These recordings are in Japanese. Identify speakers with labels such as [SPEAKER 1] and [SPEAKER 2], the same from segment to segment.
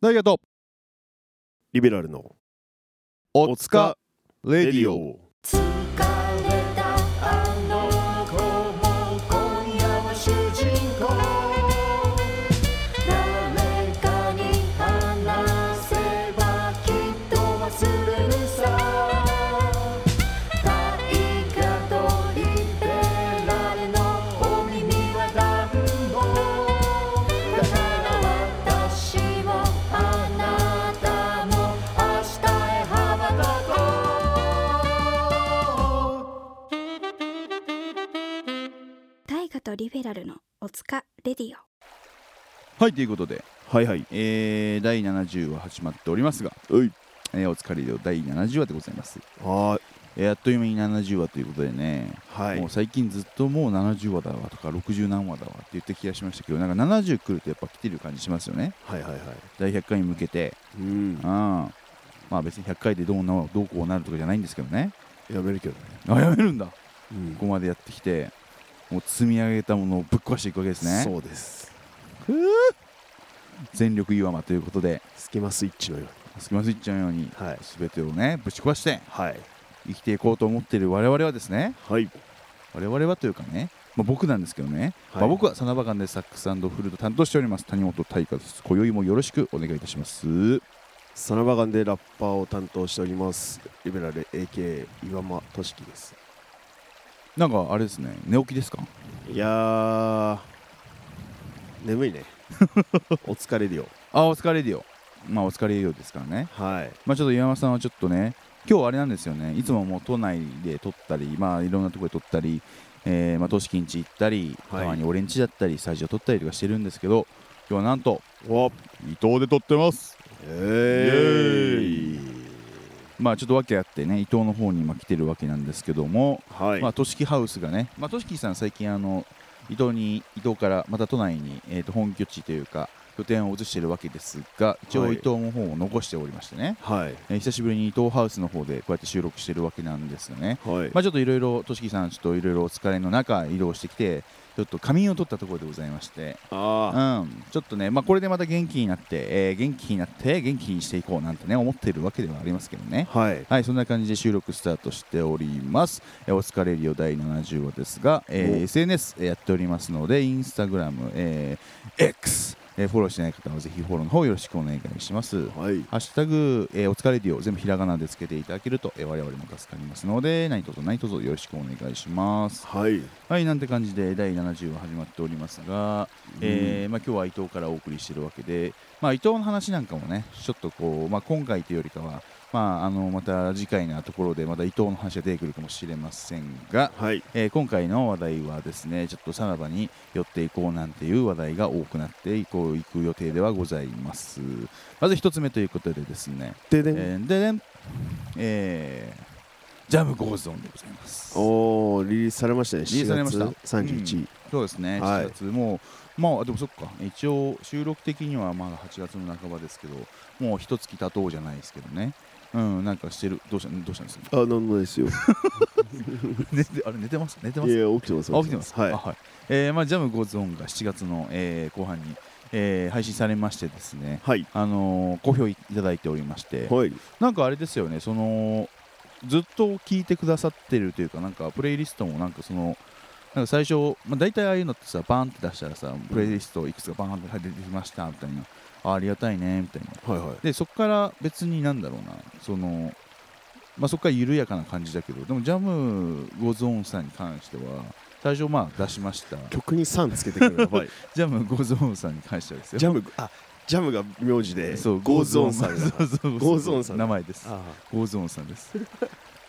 [SPEAKER 1] 大家と
[SPEAKER 2] リベラルの
[SPEAKER 1] おつかレディオ
[SPEAKER 3] 疲れたあの子も今夜は主人公誰かに話せばきっと忘れるさ大河とリベラルのお耳は暖房だから私もあなたも明日へ羽ばたこう
[SPEAKER 4] 大河とリベラルのおつかレディオ
[SPEAKER 1] はいということで、
[SPEAKER 2] はいはい
[SPEAKER 1] えー、第70話始まっておりますが、
[SPEAKER 2] うい
[SPEAKER 1] えーおつかレディオ第70話でございます、
[SPEAKER 2] はーい
[SPEAKER 1] えーあっという間に70話ということでね、
[SPEAKER 2] は
[SPEAKER 1] もう
[SPEAKER 2] い
[SPEAKER 1] 最近ずっともう70話だわとか60何話だわって言った気がしましたけどなんか70来るとやっぱ来てる感じしますよね
[SPEAKER 2] はいはいはい
[SPEAKER 1] 第100回に向けて
[SPEAKER 2] うん
[SPEAKER 1] あまあ別に100回でどうなどうこうなるとかじゃないんですけどね
[SPEAKER 2] やめるけどね
[SPEAKER 1] あやめるんだ
[SPEAKER 2] うん
[SPEAKER 1] ここまでやってきてもう積み上げたものをぶっ壊していくわけですね
[SPEAKER 2] そうです
[SPEAKER 1] 全力岩間ということで
[SPEAKER 2] スキマスイッチのように
[SPEAKER 1] スキマスイッチのように
[SPEAKER 2] はい
[SPEAKER 1] 全てをねぶち壊して
[SPEAKER 2] はい
[SPEAKER 1] 生きていこうと思っている我々はですね
[SPEAKER 2] はい
[SPEAKER 1] 我々はというかね、まあ、僕なんですけどね、
[SPEAKER 2] はい
[SPEAKER 1] まあ、僕はサナバガンでサックスフルート担当しております谷本大花です今宵もよろしくお願いいたします
[SPEAKER 2] サナバガンでラッパーを担当しておりますリベラル AK 岩間俊樹です
[SPEAKER 1] なんかあれですね寝起きですか
[SPEAKER 2] いやー眠いねお疲れるよ
[SPEAKER 1] あお疲れディオまあお疲れディオですからね
[SPEAKER 2] はい
[SPEAKER 1] まあちょっと岩間さんはちょっとね今日あれなんですよねいつももう都内で撮ったりまあいろんなところで撮ったりえー、まあ都市近地行ったり、
[SPEAKER 2] はい
[SPEAKER 1] たまに俺ん家だったりスタジオ撮ったりとかしてるんですけど今日はなんと
[SPEAKER 2] お
[SPEAKER 1] 伊藤で撮ってます
[SPEAKER 2] えー
[SPEAKER 1] イまあちょっと訳あってね伊藤の方に今来てるわけなんですけども
[SPEAKER 2] はい、
[SPEAKER 1] まあ、としきハウスがね、まあ、としきさん、最近あの伊藤に伊藤からまた都内に、えー、と本拠地というか拠点を移しているわけですが、一応
[SPEAKER 2] はい
[SPEAKER 1] 伊藤の方を残しておりましてね、
[SPEAKER 2] はい
[SPEAKER 1] えー久しぶりに伊藤ハウスの方でこうやって収録しているわけなんですよね。
[SPEAKER 2] はい、
[SPEAKER 1] まあ、ちょっといろいろ、としきさん、ちょっといろいろお疲れの中、移動してきて、ちょっと仮眠を取ったところでございまして、う
[SPEAKER 2] あ
[SPEAKER 1] ん、ちょっとね、まあ、これでまた元気になって、えー元気になって、元気にしていこうなんてね、思っているわけではありますけどね。
[SPEAKER 2] あはい
[SPEAKER 1] はい、そんな感じで収録スタートしております。えーお疲れリオ第70話ですが、えー
[SPEAKER 2] お
[SPEAKER 1] SNS えーやっておりますので、インスタグラム、えー X、えーフォローしてない方はぜひフォローの方よろしくお願いします。
[SPEAKER 2] はい
[SPEAKER 1] ハッシュタグ、えーお疲れディオ全部ひらがなでつけていただけると、えー我々も助かりますので何卒何卒よろしくお願いします
[SPEAKER 2] はい
[SPEAKER 1] はいなんて感じで第70話始まっておりますが、えーまあ、今日は伊藤からお送りしてるわけで、まあ、伊藤の話なんかもねちょっとこう、まあ、今回というよりかは、まあ、あのまた次回のところでまた伊藤の話が出てくるかもしれませんが、
[SPEAKER 2] はい
[SPEAKER 1] えー今回の話題はですねちょっとさらばに寄っていこうなんていう話題が多くなっていこういく予定ではございますまず一つ目ということでですね、
[SPEAKER 2] ででん、
[SPEAKER 1] えーででんえージャムゴーズオンでございます
[SPEAKER 2] おおリリースされましたね
[SPEAKER 1] リリースされました
[SPEAKER 2] 4月31、
[SPEAKER 1] うんそうですね、
[SPEAKER 2] はい
[SPEAKER 1] 7月もう、まあ、でもそっか、一応、収録的にはまだ8月の半ばですけど、もう一月経とうじゃないですけどね、うん、なんかしてる、どうしたどうしたんですか
[SPEAKER 2] あなんもないですよい
[SPEAKER 1] 寝てあれ、寝てます寝てます
[SPEAKER 2] や起きてます
[SPEAKER 1] あ起きてます、
[SPEAKER 2] はい
[SPEAKER 1] あはいえーまあ、ジャムゴーズオンが7月の、えー後半に、えー配信されましてですね、
[SPEAKER 2] はい
[SPEAKER 1] あのー好評いただいておりまして、
[SPEAKER 2] はい
[SPEAKER 1] なんかあれですよね、そのずっと聞いてくださってるというか、なんかプレイリストもなんかその、なんか最初、まあ、大体ああいうのってさ、バーンって出したらさ、プレイリストいくつかバーンって出てきましたみたいな、あありがたいねみたいな。
[SPEAKER 2] はいはい
[SPEAKER 1] で、そこから別になんだろうな、その、まあ、そこから緩やかな感じだけど、でもジャム・ゴゾーンさんに関しては、最初まあ出しました。
[SPEAKER 2] 曲に「さん」つけてくる のやばい
[SPEAKER 1] ジャム・ゴゾーンさんに関してはですよ。
[SPEAKER 2] ジャムあジャムが名字で
[SPEAKER 1] そう
[SPEAKER 2] ゴーズオンさんが
[SPEAKER 1] そうそうそう
[SPEAKER 2] ゴーズオンさん
[SPEAKER 1] 名前です。
[SPEAKER 2] あ
[SPEAKER 1] ゴーゾーンさんです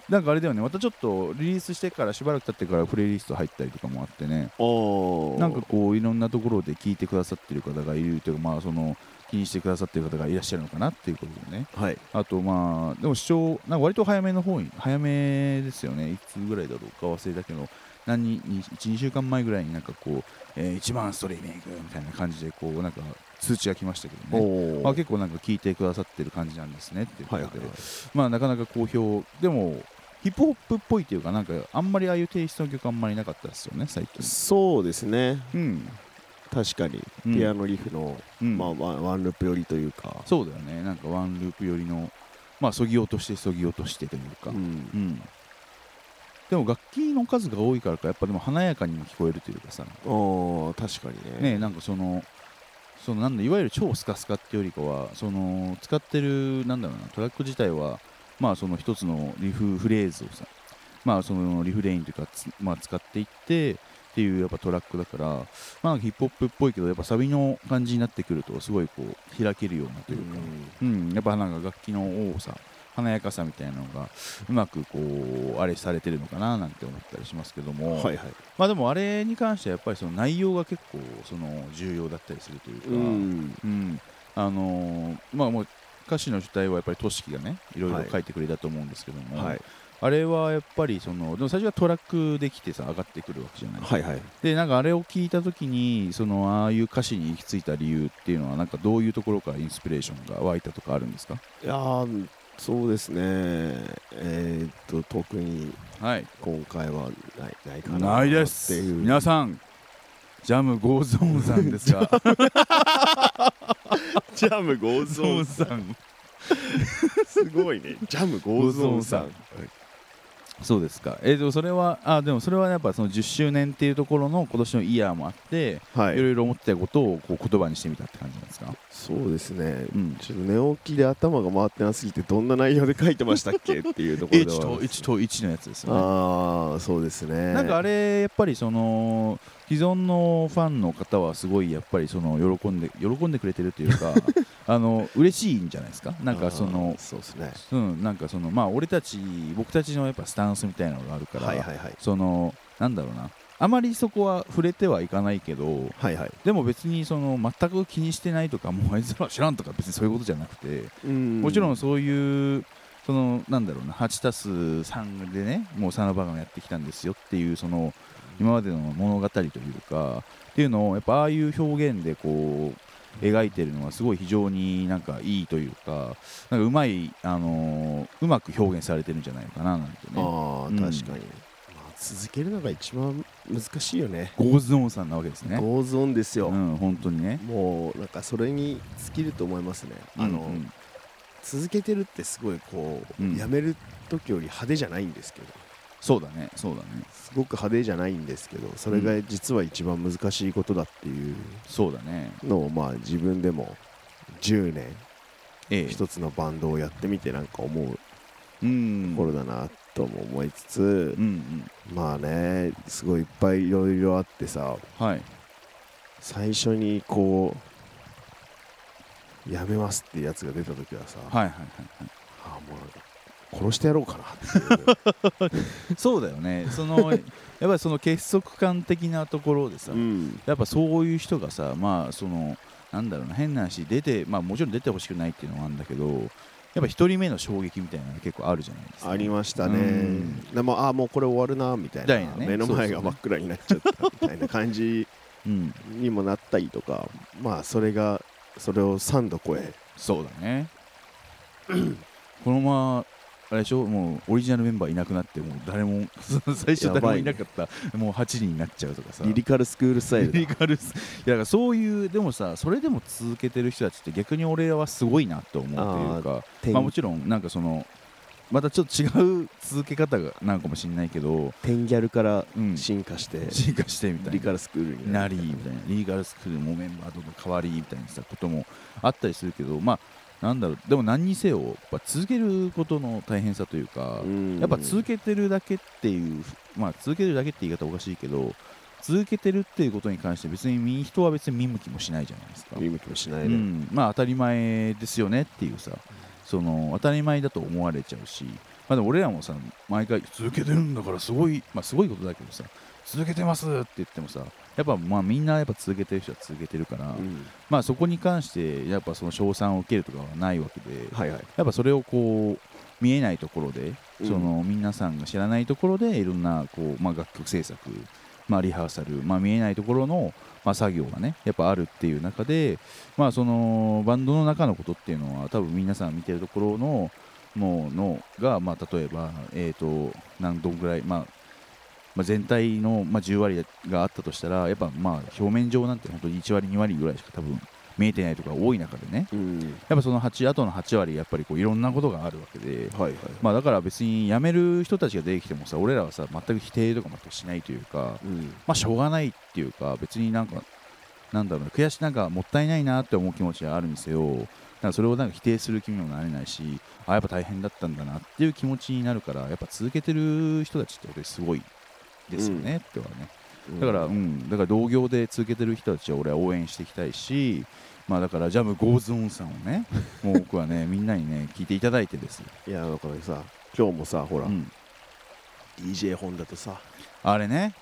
[SPEAKER 1] なんかあれだよねまたちょっとリリースしてからしばらく経ってからプレイリスト入ったりとかもあってね
[SPEAKER 2] あおー
[SPEAKER 1] なんかこういろんなところで聞いてくださってる方がいるというかまあその気にしてくださってる方がいらっしゃるのかなっていうことでね
[SPEAKER 2] はい
[SPEAKER 1] あとまあでも視聴なんか割と早めの方に早めですよねいつぐらいだろうか忘れたけど何12週間前ぐらいになんかこう、えー、1番ストリーミングみたいな感じでこうなんか通知が来ましたけどね
[SPEAKER 2] お
[SPEAKER 1] あ結構なんか聞いてくださってる感じなんですねっていうこ
[SPEAKER 2] はい
[SPEAKER 1] とで、
[SPEAKER 2] はいはい
[SPEAKER 1] まあなかなか好評でもヒップホップっぽいっていうかなんかあんまりああいうテイストの曲あんまりなかったですよね最近
[SPEAKER 2] そうですね
[SPEAKER 1] うん
[SPEAKER 2] 確かに
[SPEAKER 1] うん
[SPEAKER 2] ピアノリフの、
[SPEAKER 1] うん
[SPEAKER 2] まあ、ワンワンループ寄りというか、
[SPEAKER 1] そうだよねなんかワンループ寄りのまあそぎ落としてそぎ落としてというか、
[SPEAKER 2] う
[SPEAKER 1] うん
[SPEAKER 2] ん
[SPEAKER 1] でも楽器の数が多いからかやっぱでも華やかにも聞こえるというかさ、
[SPEAKER 2] ああ確かにね
[SPEAKER 1] ねなんかそのそのなんだいわゆる超スカスカってよりかはその使ってるなんだろうなトラック自体はまあその一つのリフフレーズをさまあそのリフレインというかつまあ、使っていってっていうやっぱトラックだからまあヒップホップっぽいけどやっぱサビの感じになってくるとすごいこう開けるようなというか、うん、やっぱなんか楽器の多さ華やかさみたいなのがうまくこうあれされてるのかななんて思ったりしますけど
[SPEAKER 2] うん
[SPEAKER 1] も、
[SPEAKER 2] はいはい
[SPEAKER 1] まあでもあれに関してはやっぱりその内容が結構その重要だったりするというか、
[SPEAKER 2] うん
[SPEAKER 1] うんあのーまあもう歌詞の主体はやっぱりトシキがねいろいろ書いてくれたと思うんですけども、
[SPEAKER 2] はい
[SPEAKER 1] あれはやっぱりそのでも最初はトラックできてさ上がってくるわけじゃない、
[SPEAKER 2] はいはい
[SPEAKER 1] でなんかあれを聞いた時にそのああいう歌詞に行き着いた理由っていうのはなんかどういうところからインスピレーションが湧いたとかあるんですか
[SPEAKER 2] いやーそうですねえーっと特に
[SPEAKER 1] はい
[SPEAKER 2] 今回はないないかな
[SPEAKER 1] ないで
[SPEAKER 2] っ
[SPEAKER 1] す
[SPEAKER 2] ていう
[SPEAKER 1] 皆さんジャムゴーゾーンさんですが
[SPEAKER 2] ジャムゴーゾーン
[SPEAKER 1] さん
[SPEAKER 2] すごいねジャムゴーゾーンさん
[SPEAKER 1] ゴーそうですかえー、でもそれはあでもそれはやっぱその10周年っていうところの今年のイヤーもあって、、
[SPEAKER 2] はい
[SPEAKER 1] ろいろ思ってたことをこう言葉にしてみたって感じなんですか、
[SPEAKER 2] そうですね
[SPEAKER 1] うん、
[SPEAKER 2] ちょっと寝起きで頭が回ってなすぎてどんな内容で書いてましたっけっていうところでは
[SPEAKER 1] 1と1と1のやつですよね
[SPEAKER 2] ああそうですね
[SPEAKER 1] なんかあれやっぱりその既存のファンの方はすごいやっぱりその喜んで喜んでくれてるという かあの嬉しいんじゃないですかなんかその
[SPEAKER 2] あーそうですね
[SPEAKER 1] うん、なんかそのまあ俺たち僕たちのやっぱスタンスみたいなのがあるから、
[SPEAKER 2] はいはいはい
[SPEAKER 1] そのなんだろうなあまりそこは触れてはいかないけど
[SPEAKER 2] はいはい
[SPEAKER 1] でも別にその全く気にしてないとかもうあいつらは知らんとか別にそういうことじゃなくて、もちろんそういうそのなんだろうな8たす3でねもうサナバガンやってきたんですよっていうその今までの物語というかっていうのをやっぱああいう表現でこう描いてるのはすごい非常になんかいいというかなんかうまい、あのーうまく表現されてるんじゃないのかななんてね
[SPEAKER 2] ああ
[SPEAKER 1] うん
[SPEAKER 2] 確かに、まあ、続けるのが一番難しいよね
[SPEAKER 1] ゴーズノンさんなわけですね
[SPEAKER 2] ゴーゾーンですよ、
[SPEAKER 1] うん本当にね
[SPEAKER 2] もうなんかそれに尽きると思いますねあの、
[SPEAKER 1] うんうん
[SPEAKER 2] 続けてるってすごいこう、
[SPEAKER 1] うん
[SPEAKER 2] やめる時より派手じゃないんですけど
[SPEAKER 1] そうだねそうだね
[SPEAKER 2] すごく派手じゃないんですけどそれが実は一番難しいことだっていう
[SPEAKER 1] そうだね
[SPEAKER 2] のをまあ自分でも10年
[SPEAKER 1] ええ
[SPEAKER 2] 一つのバンドをやってみてなんか思う
[SPEAKER 1] うん
[SPEAKER 2] ところだなとも思いつつ
[SPEAKER 1] う、んうん
[SPEAKER 2] まあねすごいいっぱいいろいろあってさ
[SPEAKER 1] はい
[SPEAKER 2] 最初にこうやめますってやつが出た時はさ、
[SPEAKER 1] はいはいはいはい
[SPEAKER 2] ああもう殺してやろうかなっていう
[SPEAKER 1] そうだよねそ のやっぱりその結束感的なところで さ、
[SPEAKER 2] うん
[SPEAKER 1] やっぱそういう人がさまあそのなんだろうな変な話出てまあもちろん出てほしくないっていうのもあるんだけどやっぱ一人目の衝撃みたいなのが結構あるじゃないですか
[SPEAKER 2] ありましたね、
[SPEAKER 1] うん
[SPEAKER 2] でもああもうこれ終わるなみたい
[SPEAKER 1] だ
[SPEAKER 2] な
[SPEAKER 1] よね
[SPEAKER 2] 目の前が真っ暗になっちゃったみたいな感じ
[SPEAKER 1] うん
[SPEAKER 2] にもなったりとかまあそれがそれを3度超え
[SPEAKER 1] そうだねこのままあれでしょもうオリジナルメンバーいなくなってもう誰も 最初誰もいなかった、もう8人になっちゃうとかさ
[SPEAKER 2] リリカルスクールスタイルだ
[SPEAKER 1] リカルスいやだからそういうでもさそれでも続けてる人たちって逆に俺らはすごいなと思うというか
[SPEAKER 2] 転
[SPEAKER 1] まあもちろんなんかそのまたちょっと違う続け方がなんかもしれないけど、
[SPEAKER 2] テンギャルから
[SPEAKER 1] うん、
[SPEAKER 2] 進
[SPEAKER 1] 進
[SPEAKER 2] 化して、
[SPEAKER 1] 化してみた
[SPEAKER 2] リ
[SPEAKER 1] い
[SPEAKER 2] カ
[SPEAKER 1] な。
[SPEAKER 2] ルスクールに
[SPEAKER 1] なりみたいなリーガルスクールもメンバーどんどん変わりみたいなさこともあったりするけどまあなんだろうでも何にせよやっぱ続けることの大変さというか、やっぱ続
[SPEAKER 2] き
[SPEAKER 1] けてるだけっていう、まあ、続けてるだけって言い方おかしいけど続けてるっていうことに関して別に見人は別に見向きもしないじゃないですか、
[SPEAKER 2] 見向きもしな
[SPEAKER 1] う
[SPEAKER 2] いで、
[SPEAKER 1] ん、まあ当たり前ですよねっていうさその当たり前だと思われちゃうし、まあ、でも俺らもさ毎回続けてるんだからすごい、まあ、すごいことだけどさ続けてますって言ってもさやっぱまあみんなやっぱ続けてる人は続けてるから、
[SPEAKER 2] うん
[SPEAKER 1] まあそこに関してやっぱその称賛を受けるとかはないわけで、
[SPEAKER 2] はいはい
[SPEAKER 1] やっぱそれをこう見えないところで、
[SPEAKER 2] うん
[SPEAKER 1] その皆さんが知らないところでいろんなこう、まあ、楽曲制作、まあ、リハーサル、まあ、見えないところの、まあ、作業がねやっぱあるっていう中で、まあ、そのバンドの中のことっていうのは多分皆さん見てるところのものが、まあ、例えば、えー、と何どんぐらい、まあまあ、全体の、まあ、10割があったとしたらやっぱまあ表面上なんて本当に1割2割ぐらいしか多分見えてないとか多い中でね
[SPEAKER 2] うん
[SPEAKER 1] やっぱその8あとの8割やっぱりこういろんなことがあるわけで、
[SPEAKER 2] はいはい
[SPEAKER 1] まあ、だから別に辞める人たちが出てきてもさ俺らはさ全く否定とか全くしないというか、
[SPEAKER 2] うん
[SPEAKER 1] まあ、しょうがないっていうか別になんかなんだろうな悔しなんかもったいないなって思う気持ちがあるにせよなんかそれをなんか否定する気にもなれないしあやっぱ大変だったんだなっていう気持ちになるからやっぱ続けてる人たちって俺すごいですよね、ってはねだから、うん、だから同業で続けてる人たちを俺は応援していきたいし、まあ、だからジャム・ゴーズ・オンさんを ね、もう僕はね、みんなにね、聞いていただいてです、
[SPEAKER 2] いやだからさ今日もさほら、
[SPEAKER 1] うん
[SPEAKER 2] DJ ホンダとさ
[SPEAKER 1] あれね、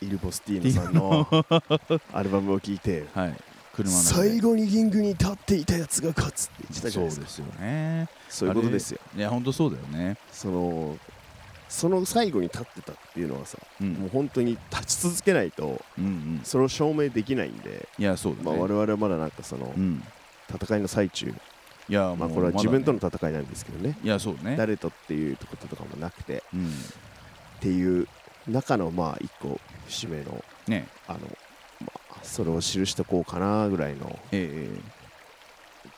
[SPEAKER 2] イル・ボスティーノさんのアルバムを聴いて
[SPEAKER 1] はい、車の中で
[SPEAKER 2] 最後にリングに立っていたやつが勝つって言ってたじゃ
[SPEAKER 1] そう
[SPEAKER 2] ない
[SPEAKER 1] で
[SPEAKER 2] ですか
[SPEAKER 1] すよね、
[SPEAKER 2] そういうことですよ
[SPEAKER 1] いや、本当そうだよね、
[SPEAKER 2] そのその最後に立ってたっていうのはさ、
[SPEAKER 1] うん、
[SPEAKER 2] もう本当に立ち続けないと
[SPEAKER 1] うん、うん、
[SPEAKER 2] それを証明できないんで、
[SPEAKER 1] いや、そうだ
[SPEAKER 2] まあ、
[SPEAKER 1] ね、
[SPEAKER 2] 我々はまだなんかその
[SPEAKER 1] うん、
[SPEAKER 2] 戦いの最中、
[SPEAKER 1] いや、
[SPEAKER 2] まあ、
[SPEAKER 1] もう
[SPEAKER 2] これは
[SPEAKER 1] まだ
[SPEAKER 2] 自
[SPEAKER 1] ね
[SPEAKER 2] 分との戦いなんですけどね
[SPEAKER 1] いや、そうね、
[SPEAKER 2] 誰とっていうこととかもなくて
[SPEAKER 1] うん、
[SPEAKER 2] っていう中のまあ一個節目の
[SPEAKER 1] ね、
[SPEAKER 2] あの、まあ、それを記しとこうかなぐらいの
[SPEAKER 1] ええ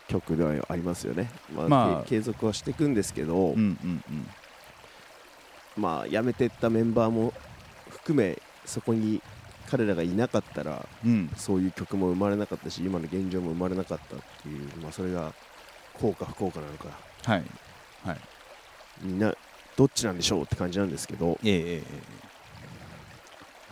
[SPEAKER 2] 曲ではありますよね、まあ
[SPEAKER 1] まあ
[SPEAKER 2] け継続はしていくんですけど、
[SPEAKER 1] うん、うん、うん、
[SPEAKER 2] まあ辞めてったメンバーも含めそこに彼らがいなかったら
[SPEAKER 1] うん、
[SPEAKER 2] そういう曲も生まれなかったし今の現状も生まれなかったっていう、まあ、それが効果不効果なのか
[SPEAKER 1] はい、
[SPEAKER 2] みんなどっちなんでしょうって感じなんですけど
[SPEAKER 1] えええええ
[SPEAKER 2] ね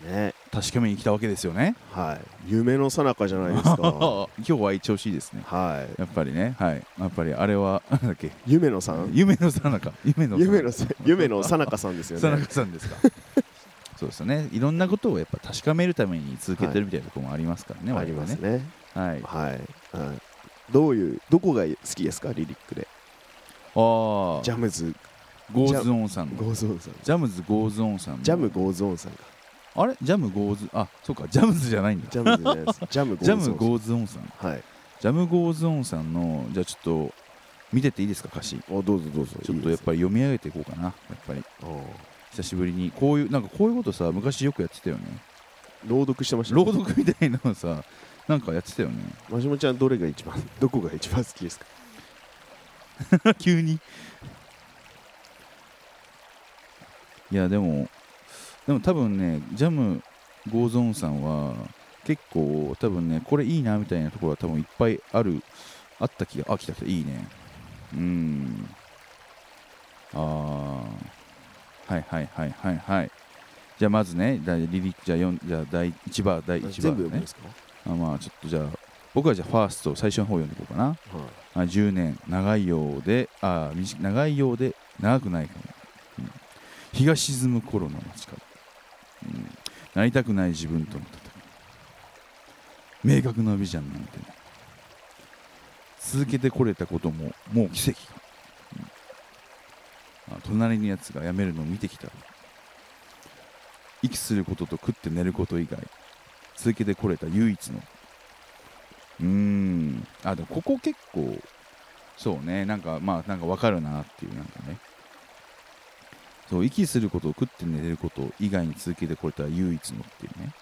[SPEAKER 1] え確かめに来たわけですよね、
[SPEAKER 2] はい夢のさなかじゃないですか
[SPEAKER 1] 今日は一押しいですね。
[SPEAKER 2] は
[SPEAKER 1] やっぱりね、はい、やっぱりあれは、なんだっけ、
[SPEAKER 2] い夢のさん
[SPEAKER 1] 夢のさなか、夢の
[SPEAKER 2] 夢のさ夢のさなかさんですよ
[SPEAKER 1] さな
[SPEAKER 2] ね
[SPEAKER 1] かさんですか。 そうですよね、いろんなことをやっぱ確かめるために続けてるみたいなところもありますからね、
[SPEAKER 2] あ
[SPEAKER 1] 我
[SPEAKER 2] り
[SPEAKER 1] 々
[SPEAKER 2] ます。ね
[SPEAKER 1] はい、あ
[SPEAKER 2] はい、はい、どういうどこが好きですかリリックで
[SPEAKER 1] あ、
[SPEAKER 2] ジャムズ
[SPEAKER 1] ゴーズオンさんの。
[SPEAKER 2] ゴーゾーンさん
[SPEAKER 1] ジャムズゴーズオンさんの。
[SPEAKER 2] ジャムゴーゾーンさんか
[SPEAKER 1] あれジャムゴーズ、あ、そうか、ジャムズじゃないんだ。
[SPEAKER 2] ジャムズじゃない ですジャムゴー
[SPEAKER 1] ジ
[SPEAKER 2] ゾ
[SPEAKER 1] ャ
[SPEAKER 2] ーンさ
[SPEAKER 1] ム
[SPEAKER 2] ん
[SPEAKER 1] ゴーズオンさん。
[SPEAKER 2] はい
[SPEAKER 1] ジャムゴーズオンさんの、じゃあちょっと、見てっていいですか、歌詞。
[SPEAKER 2] おどうぞどうぞ
[SPEAKER 1] ちょっとやっぱり読み上げていこうかな、やっぱり。
[SPEAKER 2] り
[SPEAKER 1] 久しぶりに、こういう、なんかこういうことさ、昔よくやってたよね。
[SPEAKER 2] 朗読してました
[SPEAKER 1] 朗読みたいなのさなんかやってたよね
[SPEAKER 2] マシモちゃんどれが一番 どこが一番好きですか
[SPEAKER 1] 急にいやでもでも多分ねジャムゴーゾーンさんは結構多分ねこれいいなみたいなところは多分いっぱいあるあった気があ来た来たいいねうんああはいはいはいはいはいじゃあまずねだリリックじゃあよんじゃあ第1番第1番、ね、
[SPEAKER 2] 全部読むんですか、
[SPEAKER 1] あまあちょっとじゃあ僕はじゃあファースト最初の方読んでいこうかな
[SPEAKER 2] はい
[SPEAKER 1] あ10年長いようであ短長いようで長くないかも、うん日が沈む頃の街から、うんなりたくない自分との戦い明確なビジョンなんてない続けてこれたことももう奇跡か、うんあ隣のやつが辞めるのを見てきた息することと食って寝ること以外続けてこれた唯一のうーんあでもここ結構そうねなんかまあなんかわかるなっていうなんかねそう息すること食って寝ること以外に続けてこれたら唯一のっていうね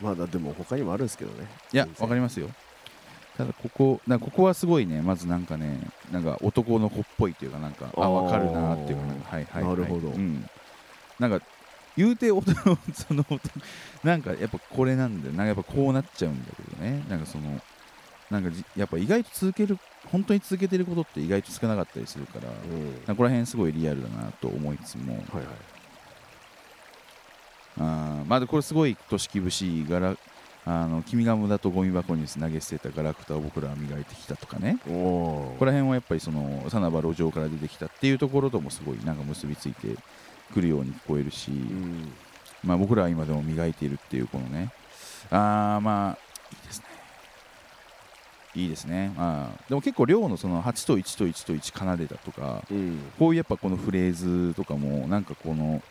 [SPEAKER 2] まあだでも他にもあるんですけどね
[SPEAKER 1] いや
[SPEAKER 2] 全然
[SPEAKER 1] わかりますよただここなんかここはすごいねまずなんかねなんか男の子っぽいっていうかなんか
[SPEAKER 2] あ
[SPEAKER 1] あ
[SPEAKER 2] ー
[SPEAKER 1] わかるなっていうかなんかはいはい、はい、
[SPEAKER 2] なるほど
[SPEAKER 1] うん、なんか言うて男その 男なんかやっぱこれなんだよなんかやっぱこうなっちゃうんだけどねなんかそのなんかじやっぱ意外と続ける本当に続けてることって意外と少なかったりするから、
[SPEAKER 2] うん
[SPEAKER 1] なんかここら辺すごいリアルだなと思いつつも、
[SPEAKER 2] はいはい
[SPEAKER 1] あーまあでこれすごい年きぶしいガラあの君が無駄とゴミ箱に投げ捨てたガラクタを僕らは磨いてきたとかね
[SPEAKER 2] おお
[SPEAKER 1] ここら辺はやっぱりそのさなば路上から出てきたっていうところともすごいなんか結びついてくるように聞こえるし、
[SPEAKER 2] うん
[SPEAKER 1] まあ、僕らは今でも磨いているっていうこのねあーまあいいですねいいですねあーでも結構量のその8と1と1と1奏でたとか
[SPEAKER 2] うん
[SPEAKER 1] こういうやっぱこのフレーズとかもなんかこの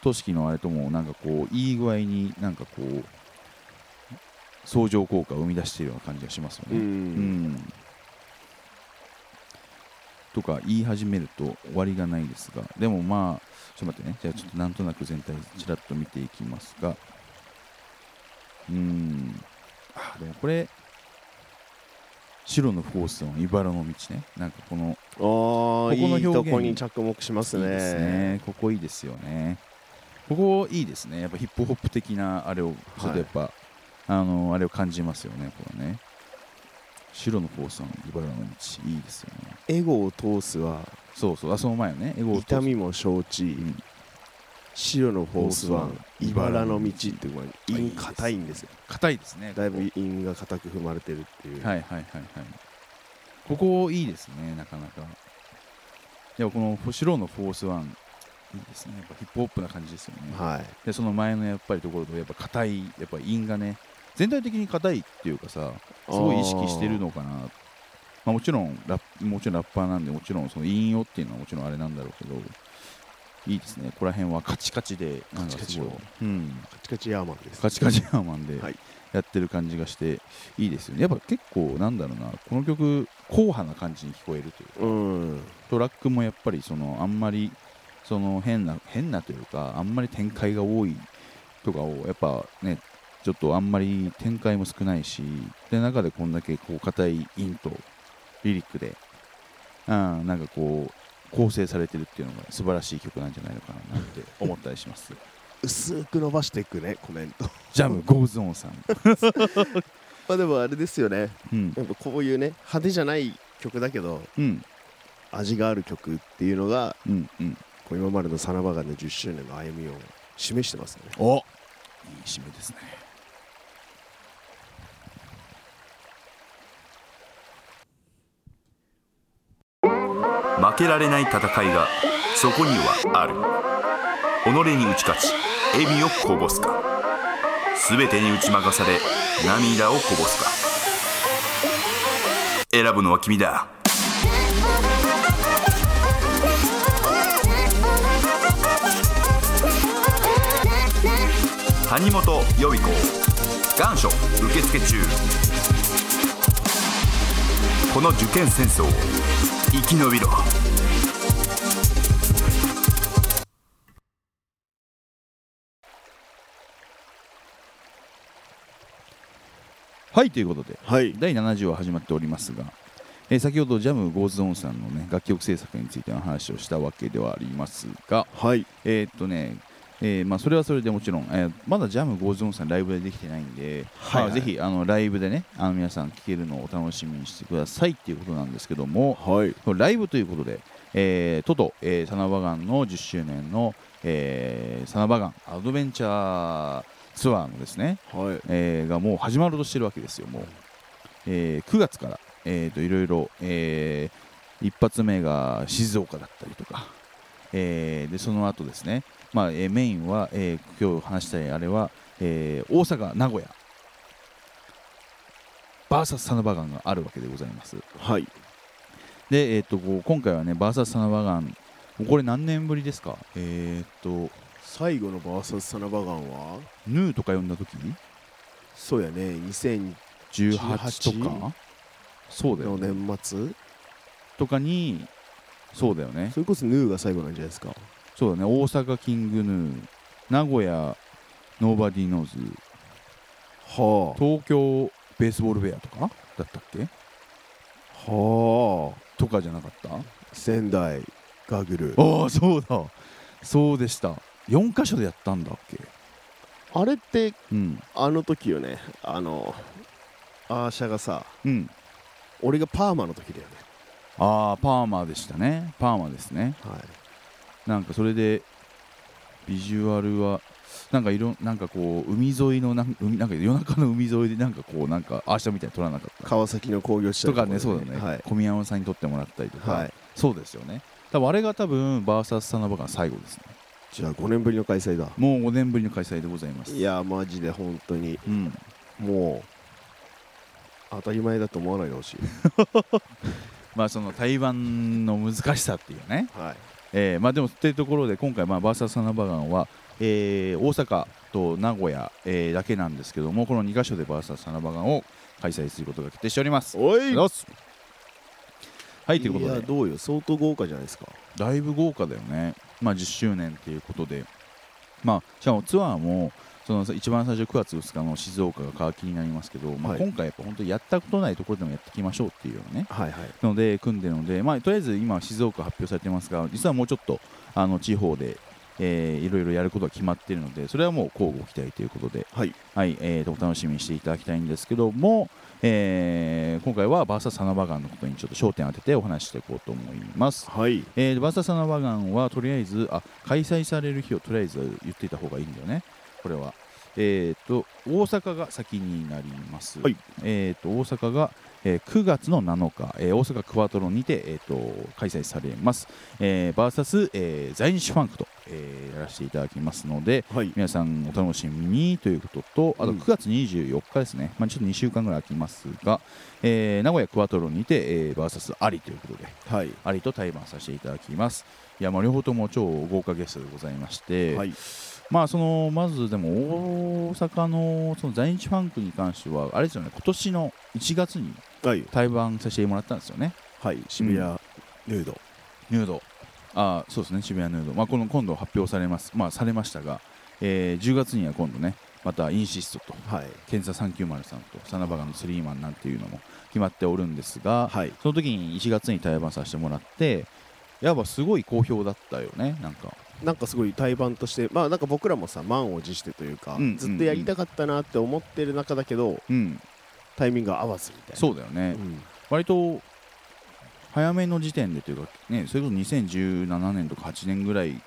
[SPEAKER 1] 都市のあれともなんかこういい具合になんかこう相乗効果を生み出しているような感じがしますよ
[SPEAKER 2] う
[SPEAKER 1] ね。うん
[SPEAKER 2] ん
[SPEAKER 1] とか言い始めると終わりがないですがでもまあちょっと待ってねじゃあちょっとなんとなく全体ちらっと見ていきますがうーんあでもこれ白のフォースの茨の道ねなんかこの
[SPEAKER 2] おー
[SPEAKER 1] ここの
[SPEAKER 2] いいと
[SPEAKER 1] 表現
[SPEAKER 2] こに着目します
[SPEAKER 1] いい
[SPEAKER 2] ね
[SPEAKER 1] ですねここいいですよねここいいですねやっぱヒップホップ的なあれをちょっとやっぱ、あのあれを感じますよねこれね白のフォースの茨の道いいですよね
[SPEAKER 2] エゴを通すは
[SPEAKER 1] そうそうあその前ねエゴを通す
[SPEAKER 2] 痛みも承知、
[SPEAKER 1] ん
[SPEAKER 2] 白のフォースワン
[SPEAKER 1] フォースワン
[SPEAKER 2] 茨の道っていうのは
[SPEAKER 1] はい
[SPEAKER 2] 韻硬いんですよ
[SPEAKER 1] 硬いですね
[SPEAKER 2] だいぶ韻が硬く踏まれてるっていう、
[SPEAKER 1] はいはいはいはいここいいですねなかなかでもこの白のフォースワンいいですねやっぱヒップホップな感じですよね、
[SPEAKER 2] はい
[SPEAKER 1] でその前のやっぱりところとやっぱ硬いやっぱ韻がね全体的に硬いっていうかさすごい意識してるのかなまあ、もちろんラップもちろんラッパーなんでもちろんその引用っていうのはもちろんあれなんだろうけどいいですねここら辺はカチカチでなん
[SPEAKER 2] カチ
[SPEAKER 1] か
[SPEAKER 2] カ
[SPEAKER 1] す
[SPEAKER 2] チ
[SPEAKER 1] ごい
[SPEAKER 2] の
[SPEAKER 1] うん
[SPEAKER 2] カチカチヤーマンです
[SPEAKER 1] カチカチハーマンで
[SPEAKER 2] はい
[SPEAKER 1] やってる感じがしていいですよねやっぱ結構なんだろうなこの曲硬派な感じに聞こえるという
[SPEAKER 2] うん
[SPEAKER 1] トラックもやっぱりそのあんまりその変な変なというかあんまり展開が多いとかをやっぱねちょっとあんまり展開も少ないしで中でこんだけこう硬いインとリリックであーなんかこう構成されてるっていうのが素晴らしい曲なんじゃないのかななんて思ったりします
[SPEAKER 2] 薄く伸ばしていくねコメント
[SPEAKER 1] ジャム・ゴーズオンさん、
[SPEAKER 2] まあでもあれですよね
[SPEAKER 1] うん
[SPEAKER 2] やっぱこういうね派手じゃない曲だけど
[SPEAKER 1] うん
[SPEAKER 2] 味がある曲っていうのが
[SPEAKER 1] うんうん
[SPEAKER 2] こう今までのサナバガンの10周年の歩みを示してますよね
[SPEAKER 1] おいい締めですね
[SPEAKER 5] 負けられない戦いがそこにはある己に打ち勝ち笑みをこぼすか全てに打ち負かされ涙をこぼすか選ぶのは君だ谷本予備校願書受付中この受験戦争を生き延びろ
[SPEAKER 1] はいということで
[SPEAKER 2] はい
[SPEAKER 1] 第70話始まっておりますが、えー先ほどジャム・ゴーズオンさんの、ね、楽曲制作についての話をしたわけではありますが、
[SPEAKER 2] はい
[SPEAKER 1] えーっとねえーまあ、それはそれでもちろん、えーまだジャム・ゴーズオンさんライブでできてないんで、
[SPEAKER 2] はいはい
[SPEAKER 1] まあぜひあのライブでねあの皆さん聴けるのをお楽しみにしてくださいっていうことなんですけども
[SPEAKER 2] はい
[SPEAKER 1] ライブということで、えートト、えー、サナバガンの10周年の、えーサナバガンアドベンチャーツアーのですね、
[SPEAKER 2] はい
[SPEAKER 1] えーがもう始まろうとしてるわけですよ、もう。えー9月から、えーといろいろ、えー一発目が静岡だったりとか、えーでその後ですね、まあえーメインは、えー今日話したいあれは、えー大阪、名古屋、バーサスサナバガンがあるわけでございます。
[SPEAKER 2] はい
[SPEAKER 1] で、えー、とこう今回はね、バーサスサナバガン、これ何年ぶりですか、えっ、と、
[SPEAKER 2] 最後のバーサスサナバガンは
[SPEAKER 1] ヌーとか呼んだ時
[SPEAKER 2] そうやね2000
[SPEAKER 1] 18とか、そうだよ
[SPEAKER 2] の
[SPEAKER 1] ね。
[SPEAKER 2] 年末、
[SPEAKER 1] とかにそうだよね
[SPEAKER 2] それこそヌーが最後なんじゃないですか
[SPEAKER 1] そうだね大阪キングヌー名古屋ノーバディーノーズ
[SPEAKER 2] は
[SPEAKER 1] 東京ベースボールベアとかだったっけ
[SPEAKER 2] あはあ
[SPEAKER 1] とかじゃなかった
[SPEAKER 2] 仙台ガグル
[SPEAKER 1] ああそうだそうでした4箇所でやったんだっけ
[SPEAKER 2] あれって
[SPEAKER 1] うん
[SPEAKER 2] あの時よねあのアーシャがさ
[SPEAKER 1] うん
[SPEAKER 2] 俺がパーマの時だよね
[SPEAKER 1] ああパーマでしたねパーマですね
[SPEAKER 2] はい
[SPEAKER 1] なんかそれでビジュアルはなんかいろなんかこう海沿いのなん海なんか夜中の海沿いでなんかこうなんかああしたみたいに撮らなかった
[SPEAKER 2] 川崎の工業地帯
[SPEAKER 1] とか
[SPEAKER 2] の
[SPEAKER 1] ね
[SPEAKER 2] とこ
[SPEAKER 1] そう
[SPEAKER 2] ろ
[SPEAKER 1] だね、
[SPEAKER 2] はい
[SPEAKER 1] 小宮山さんに撮ってもらったりとか、
[SPEAKER 2] はい
[SPEAKER 1] そうですよね多分あれが多分バーサスサナバガン最後ですね
[SPEAKER 2] じゃあ5年ぶりの開催だ
[SPEAKER 1] もう5年ぶりの開催でございます
[SPEAKER 2] いやマジで本当に
[SPEAKER 1] うん、
[SPEAKER 2] もう当たり前だと思わないでほしい
[SPEAKER 1] まあその台湾の難しさっていうね、
[SPEAKER 2] はい
[SPEAKER 1] えーまあでもっていうところで今回まあバーサスサナバガンは、えー大阪と名古屋、えーだけなんですけどもこの2カ所でバーサスサナバガンを開催することが決定しております
[SPEAKER 2] お
[SPEAKER 1] あり
[SPEAKER 2] い
[SPEAKER 1] がとうございますはいということ
[SPEAKER 2] や
[SPEAKER 1] で
[SPEAKER 2] どうよ相当豪華じゃないですか
[SPEAKER 1] だいぶ豪華だよね、まあ、10周年っていうことで、まあ、しかもツアーもその一番最初9月2日の静岡が皮切りになりますけど、まあ、
[SPEAKER 2] はい
[SPEAKER 1] 今回やっぱ本当にやったことないところでもやっていきましょうっていうようなね
[SPEAKER 2] はいはい
[SPEAKER 1] ので組んでるので、まあ、とりあえず今静岡発表されてますが実はもうちょっとあの地方で、えーいろいろやることが決まっているのでそれはもう交互期待ということで、
[SPEAKER 2] はい
[SPEAKER 1] はいえーとお楽しみにしていただきたいんですけども、えー今回はバーサスサナバガンのことにちょっと焦点を当ててお話ししていこうと思います。
[SPEAKER 2] はい
[SPEAKER 1] えー、バーサスサナバガンはとりあえずあ開催される日をとりあえず言っていた方がいいんだよね、これは。えー、と大阪が先になります、
[SPEAKER 2] はい
[SPEAKER 1] えー、と大阪が、えー9月の7日、えー大阪クワトロにて、えー、と開催されます、えー、バーサス、えー在日ファンクと、えーやらせていただきますので
[SPEAKER 2] はい
[SPEAKER 1] 皆さんお楽しみにということとあと
[SPEAKER 2] うん
[SPEAKER 1] 9月24日ですね、まあ、ちょっと2週間ぐらい空きますが、えー名古屋クワトロにて、えー、バーサスありということで
[SPEAKER 2] はい
[SPEAKER 1] ありと対バンさせていただきます。いやまあ両方とも超豪華ゲストでございまして、
[SPEAKER 2] はい
[SPEAKER 1] まあそのまずでも大阪のその在日ファンクに関してはあれですよね今年の1月に
[SPEAKER 2] はい
[SPEAKER 1] 対バンさせてもらったんですよね
[SPEAKER 2] はい渋谷ヌード
[SPEAKER 1] ヌードあそうですね渋谷ヌードまあこの今度発表されますまあされましたが、えー10月には今度ねまたインシストと
[SPEAKER 2] はい
[SPEAKER 1] 検査390さんとサナバガのスリーマンなんていうのも決まっておるんですが、
[SPEAKER 2] はい
[SPEAKER 1] その時に1月に対バンさせてもらってやっぱすごい好評だったよねなんか
[SPEAKER 2] なんかすごい対バンとしてまあなんか僕らもさ満を持してというか、
[SPEAKER 1] うん
[SPEAKER 2] ずっとやりたかったなって思ってる中だけど
[SPEAKER 1] うん
[SPEAKER 2] タイミングが合わずみたいな
[SPEAKER 1] そうだよね、
[SPEAKER 2] うん
[SPEAKER 1] 割と早めの時点でというかねそれこそ2017年とか8年ぐらい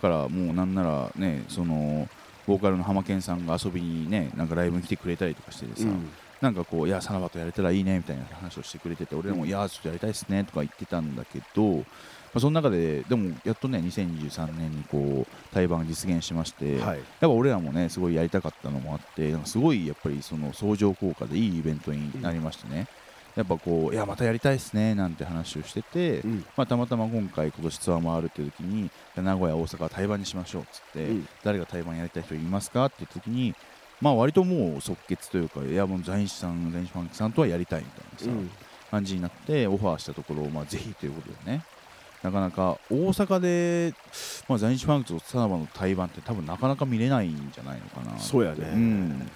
[SPEAKER 1] からもうなんならねそのボーカルの浜健さんが遊びにねなんかライブに来てくれたりとかしててさ、
[SPEAKER 2] うん
[SPEAKER 1] なんかこう、いや、サナバとやれたらいいねみたいな話をしてくれてて、俺らも、いや、ちょっとやりたいですねとか言ってたんだけど、まあ、その中で、でも、やっとね、2023年にこう、対バンが実現しまして、やっ
[SPEAKER 2] はい
[SPEAKER 1] ぱ俺らもね、すごいやりたかったのもあって、なんかすごいやっぱり、その相乗効果でいいイベントになりましてね、やっぱこう、いや、またやりたいですねなんて話をしてて、
[SPEAKER 2] うん
[SPEAKER 1] まあ、たまたま今回、今年ツアー回るっていう時に、いや名古屋、大阪は対バンにしましょうっつって、
[SPEAKER 2] うん
[SPEAKER 1] 誰が対バンやりたい人いますかって言った時に、まあ、割ともう即決というか、いやもう在日さん、在日ファンクさんとはやりたいみたいなさ、
[SPEAKER 2] うん
[SPEAKER 1] 感じになって、オファーしたところ、まあ、ぜひということでね、なかなか大阪で、まあ、在日ファンクとサナバの対バンって、多分なかなか見れないんじゃないのかなって
[SPEAKER 2] そうやね
[SPEAKER 1] ん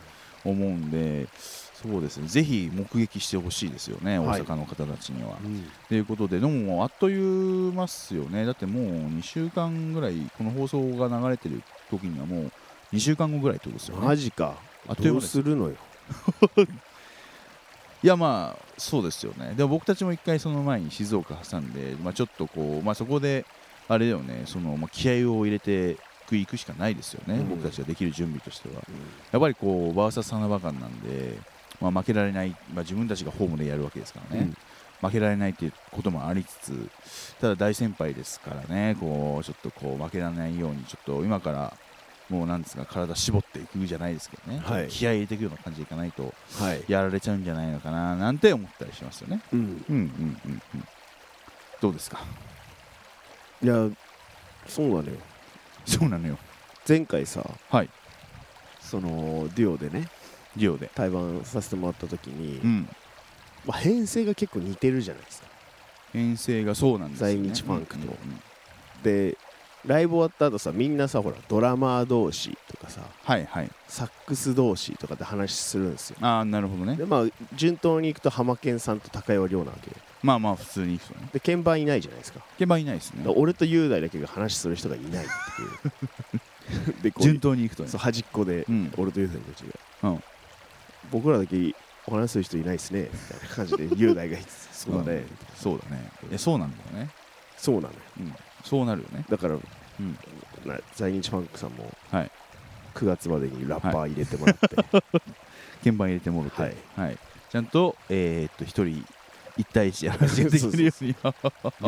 [SPEAKER 1] 思うんで、そうですね、ぜひ目撃してほしいですよね、大
[SPEAKER 2] はい
[SPEAKER 1] 阪の方たちには。
[SPEAKER 2] うん
[SPEAKER 1] ということで、でももうあっという間っすよね、だってもう2週間ぐらい、この放送が流れてる時にはもう2週間後ぐらいってことですよね
[SPEAKER 2] マ。ジか
[SPEAKER 1] あっとい
[SPEAKER 2] ど
[SPEAKER 1] う間
[SPEAKER 2] う
[SPEAKER 1] です
[SPEAKER 2] するのよ
[SPEAKER 1] いやまあそうですよねでも僕たちも一回その前に静岡挟んで、まあ、ちょっとこう、まあ、そこであれだよねその、まあ、気合を入れていくしかないですよね、
[SPEAKER 2] うん
[SPEAKER 1] 僕たちができる準備としては
[SPEAKER 2] うん
[SPEAKER 1] やっぱりこうバーサスサナバカンなんで、まあ、負けられない、まあ、自分たちがホームでやるわけですからね、負けられないっていうこともありつつただ大先輩ですからねこうちょっとこう負けられないようにちょっと今からもうなんですか体絞っていくじゃないですけどね、
[SPEAKER 2] はい
[SPEAKER 1] 気合入れていくような感じでいかないと
[SPEAKER 2] はい
[SPEAKER 1] やられちゃうんじゃないのかななんて思ったりしますよね。
[SPEAKER 2] うん
[SPEAKER 1] うんうんうんうん。どうですか。
[SPEAKER 2] いやそうなのよ
[SPEAKER 1] そうなのよ。
[SPEAKER 2] 前回さ
[SPEAKER 1] はい。
[SPEAKER 2] そのデュオでね
[SPEAKER 1] リオで。
[SPEAKER 2] 対バンさせてもらった時に、
[SPEAKER 1] うん。
[SPEAKER 2] まあ、編成が結構似てるじゃないですか
[SPEAKER 1] 編成がそうなんですよ、ね。
[SPEAKER 2] 在日ファンクと
[SPEAKER 1] うんうん
[SPEAKER 2] でライブ終わった後さみんなさほらドラマー同士とかさ
[SPEAKER 1] はいはい。
[SPEAKER 2] サックス同士とかで話するんですよ
[SPEAKER 1] ああなるほどね
[SPEAKER 2] で。まあ順当にいくと浜健さんと高岩亮なわけよ
[SPEAKER 1] まあまあ普通に行くとね。
[SPEAKER 2] で鍵盤いないじゃないですか
[SPEAKER 1] 鍵盤いないですね
[SPEAKER 2] だから。俺と雄大だけが話する人がいないっていう でこう
[SPEAKER 1] 順当に行くとね
[SPEAKER 2] そう。端っこで、
[SPEAKER 1] うん
[SPEAKER 2] 俺と雄大のうちが、
[SPEAKER 1] うん
[SPEAKER 2] 僕らだけお話する人いないですねみたいな感じで雄大が言ってそうだね、
[SPEAKER 1] んそうだね。えそうなんだよね。
[SPEAKER 2] そうなのよ
[SPEAKER 1] うん。そうなるよね。
[SPEAKER 2] だから
[SPEAKER 1] うん。
[SPEAKER 2] な在日ファンクさんも
[SPEAKER 1] はい
[SPEAKER 2] 9月までにラッパー入れてもらって、
[SPEAKER 1] 鍵盤入れてもろて。
[SPEAKER 2] はい。
[SPEAKER 1] ちゃんとえーっと一人一対一で話ができるように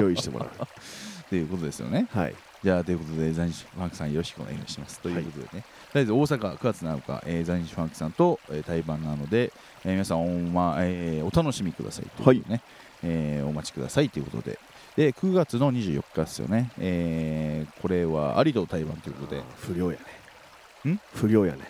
[SPEAKER 2] 用意してもらう
[SPEAKER 1] っていうことですよね。
[SPEAKER 2] はい
[SPEAKER 1] じゃあということで在日ファンクさんよろしくお願いしますということでね、とりあえず大阪9月7日、えー在日ファンクさんと、えー対バンなので、えー皆さんお,、まえーお楽しみくださいということでね、えーお待ちくださいということでで9月の24日ですよね、えーこれはありと対バンということで
[SPEAKER 2] 不良やね
[SPEAKER 1] ん
[SPEAKER 2] 不良やね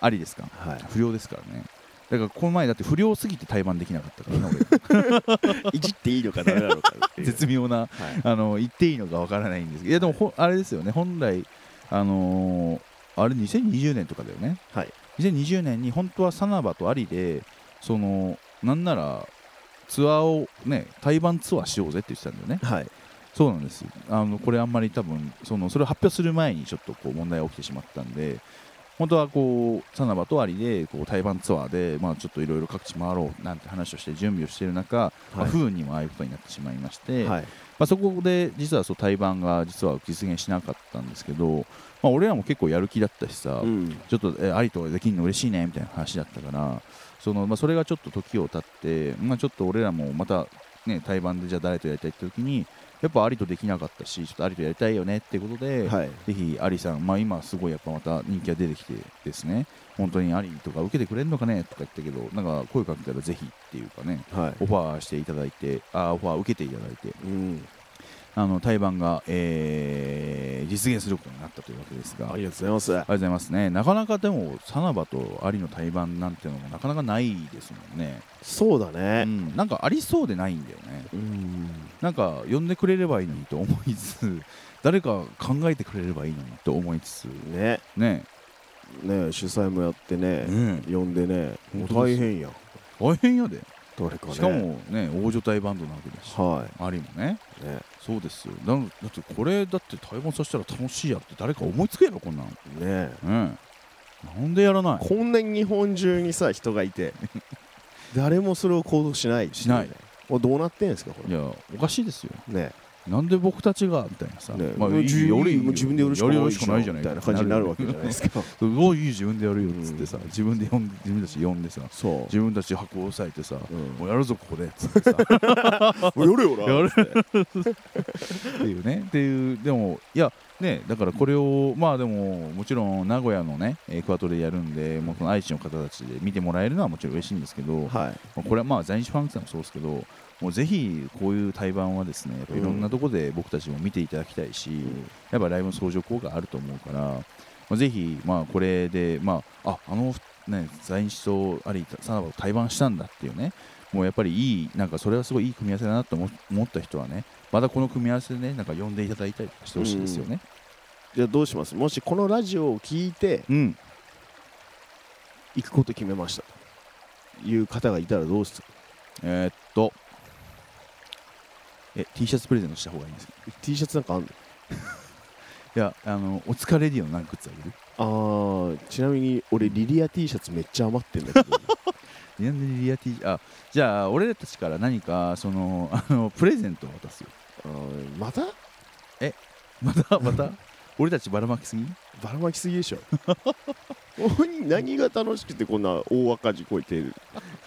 [SPEAKER 1] ありですか
[SPEAKER 2] はい
[SPEAKER 1] 不良ですからねだからこの前だって不良すぎて対バンできなかったからね 俺
[SPEAKER 2] いじっていいのかダメなのかって いう
[SPEAKER 1] 絶妙な
[SPEAKER 2] はい
[SPEAKER 1] あの言っていいのかわからないんですけどいやでもほあれですよね本来あのーあれ2020年とかだよね、
[SPEAKER 2] はい
[SPEAKER 1] 2020年に本当はサナバとアリでそのなんならツアーをね対バンツアーしようぜって言ってたんだよね
[SPEAKER 2] はい
[SPEAKER 1] そうなんですあのこれあんまり多分そのそれを発表する前にちょっとこう問題が起きてしまったんで本当はこうサナバとアリでこう台湾ツアーで、まあ、ちょっといろいろ各地回ろうなんて話をして準備をしている中、まあ不運にもああいうことになってしまいまして、
[SPEAKER 2] はい
[SPEAKER 1] まあ、そこで実はそう対バンが実は実現しなかったんですけど、まあ、俺らも結構やる気だったしさ、
[SPEAKER 2] うん
[SPEAKER 1] ちょっとえありとできるの嬉しいねみたいな話だったからその、まあ、それがちょっと時を経って、まあ、ちょっと俺らもまた、ね、対バンでじゃあ誰とやりたいって時にやっぱありとできなかったしちょっとありとやりたいよねってことで、
[SPEAKER 2] はい
[SPEAKER 1] ぜひアリさん、まあ、今すごいやっぱまた人気が出てきてですね本当にアリとか受けてくれるのかねとか言ったけどなんか声かけたらぜひっていうかね
[SPEAKER 2] は
[SPEAKER 1] オファーしていただいてあオファー受けていただいて
[SPEAKER 2] いうん
[SPEAKER 1] あの対バンが、えー実現することになったというわけですが
[SPEAKER 2] ありがとうございます
[SPEAKER 1] ありがとうございますね。なかなかでも、サナバとアリの対バンなんてのもなかなかないですもんね。
[SPEAKER 2] そうだ
[SPEAKER 1] う
[SPEAKER 2] ね
[SPEAKER 1] ん、なんかありそうでないんだよね。
[SPEAKER 2] うん
[SPEAKER 1] なんか呼んでくれればいいのにと思いつつ、 誰か考えてくれればいいのにと思いつつ、
[SPEAKER 2] ね
[SPEAKER 1] ね。
[SPEAKER 2] ね主催もやってね
[SPEAKER 1] ね
[SPEAKER 2] 呼んでねも
[SPEAKER 1] 本
[SPEAKER 2] う
[SPEAKER 1] 当で
[SPEAKER 2] 大
[SPEAKER 1] す
[SPEAKER 2] 変やん
[SPEAKER 1] 大変やで。
[SPEAKER 2] 誰かね
[SPEAKER 1] しかもね、大所帯バンドなわけだし、
[SPEAKER 2] は
[SPEAKER 1] アリもね。
[SPEAKER 2] いね
[SPEAKER 1] そうですよ。だだってこれ、だって対バンさせたら楽しいやって誰か思いつくやろ、こんなの。
[SPEAKER 2] ね
[SPEAKER 1] うん。なんでやらない
[SPEAKER 2] こんなに日本中にさ人がいて誰もそれを行動しないってうね
[SPEAKER 1] しない
[SPEAKER 2] もうどうなってんですかこ
[SPEAKER 1] い
[SPEAKER 2] れ
[SPEAKER 1] や、おかしいですよ。
[SPEAKER 2] ね
[SPEAKER 1] なんで僕たちがみたいなさ、
[SPEAKER 2] ね
[SPEAKER 1] まあ、
[SPEAKER 2] もう
[SPEAKER 1] いい
[SPEAKER 2] 自
[SPEAKER 1] よ
[SPEAKER 2] 分
[SPEAKER 1] 俺いいよ
[SPEAKER 2] もう自分でやるしか
[SPEAKER 1] や
[SPEAKER 2] な
[SPEAKER 1] る
[SPEAKER 2] い
[SPEAKER 1] しかないじゃない
[SPEAKER 2] みたいな感じになるわけじゃないですすか
[SPEAKER 1] か。すごいいい自分でやるよっつってさ、
[SPEAKER 2] うん
[SPEAKER 1] 自分で呼んで自分たち呼んでさ、
[SPEAKER 2] そ
[SPEAKER 1] 自分たち箱を押さえてさ、
[SPEAKER 2] う、うん
[SPEAKER 1] もうやるぞここでっつっ てさ、っ
[SPEAKER 2] もうやるよ
[SPEAKER 1] や
[SPEAKER 2] なつって
[SPEAKER 1] ていうね、っていうでもいやねだからこれをまあでももちろん名古屋のねえークアトでやるんで、もうその愛知の方たちで見てもらえるのはもちろん嬉しいんですけど、
[SPEAKER 2] はい
[SPEAKER 1] まあこれはまあ在日ファンクさんもそうですけど。もうぜひこういう対バンはですねやっぱいろんなところで僕たちも見ていただきたいし、やっぱライブの相乗効果あると思うから、まあ、ぜひ、まあ、これで、まあ、ああの、ね、在日とありさなばと対バンしたんだっていうね、もうやっぱりいい、なんかそれはすごいいい組み合わせだなと思思った人はね、またこの組み合わせでね、なんか呼んでいただいたりとかしてほしいですよね。
[SPEAKER 2] じゃあどうしますもしこのラジオを聞いて
[SPEAKER 1] うん、
[SPEAKER 2] 行くこと決めましたという方がいたらどうする
[SPEAKER 1] えーっと、え、T シャツプレゼントした方がいいんですか
[SPEAKER 2] T シャツなんかあんの
[SPEAKER 1] いや、あの、お疲れディオの何グッズあげる
[SPEAKER 2] あーちなみに俺リリア T シャツめっちゃ余ってんだけど
[SPEAKER 1] なんでリア T あ、じゃあ、俺たちから何か、その、あの、プレゼントを渡すよ。
[SPEAKER 2] あーまた
[SPEAKER 1] また、また、俺たちばらまきすぎ
[SPEAKER 2] ばらまきすぎでしょ 何何が楽しくてこんな大赤字こいてる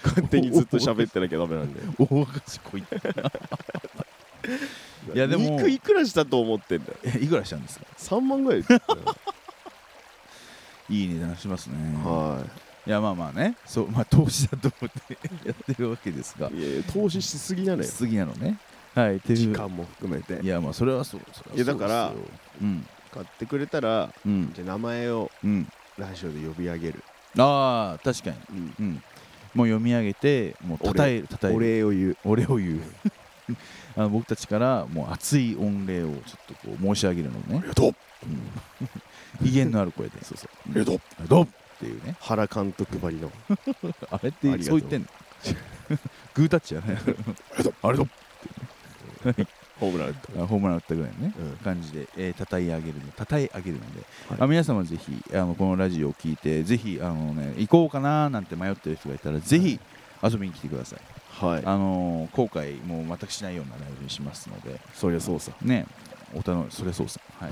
[SPEAKER 2] 勝手にずっと喋ってなきゃダメなんで
[SPEAKER 1] 大赤字こいていやでも
[SPEAKER 2] 肉いくらしたと思ってんだよ
[SPEAKER 1] えいくらしたんですか
[SPEAKER 2] 3万ぐらいですよ
[SPEAKER 1] いい値段しますね
[SPEAKER 2] はい
[SPEAKER 1] やまあまあねそうまあ投資だと思ってやってるわけですが
[SPEAKER 2] いいやいや投資しすぎなのよ
[SPEAKER 1] 次なのねはいっていう
[SPEAKER 2] 時間も含めて
[SPEAKER 1] いやまあそれはそうそれはそう
[SPEAKER 2] いやだから
[SPEAKER 1] ですようん
[SPEAKER 2] 買ってくれたら
[SPEAKER 1] うん
[SPEAKER 2] じゃあ名前を
[SPEAKER 1] うん
[SPEAKER 2] ラジオで呼び上げる、
[SPEAKER 1] ああ確かに
[SPEAKER 2] うん
[SPEAKER 1] うんもう読み上げてもうたたえるたたえ
[SPEAKER 2] お
[SPEAKER 1] る
[SPEAKER 2] 礼を言う
[SPEAKER 1] 俺を言う あの僕たちからもう熱い御礼をちょっとこう申し上げるのね
[SPEAKER 2] りがとう
[SPEAKER 1] 威厳のある声で
[SPEAKER 2] そうそう
[SPEAKER 1] うん
[SPEAKER 2] ありがとう
[SPEAKER 1] ありがとうっていうね
[SPEAKER 2] 原監督ばりの
[SPEAKER 1] あれっ
[SPEAKER 2] あり
[SPEAKER 1] て
[SPEAKER 2] がとう
[SPEAKER 1] そう言ってんのグータッチやねあれだ
[SPEAKER 2] ホームラン打った
[SPEAKER 1] あホームラン打ったぐらいのね
[SPEAKER 2] うん
[SPEAKER 1] 感じで、えー、叩い上げるの叩い上げるので、
[SPEAKER 2] はい
[SPEAKER 1] あ皆様ぜひあのこのラジオを聞いてぜひあの、ね、行こうかななんて迷ってる人がいたらぜひ遊びに来てください、
[SPEAKER 2] はい
[SPEAKER 1] あのー後悔もう全くしないようなライブにしますので
[SPEAKER 2] そりゃそうさ
[SPEAKER 1] ねおたのそれそうさん、は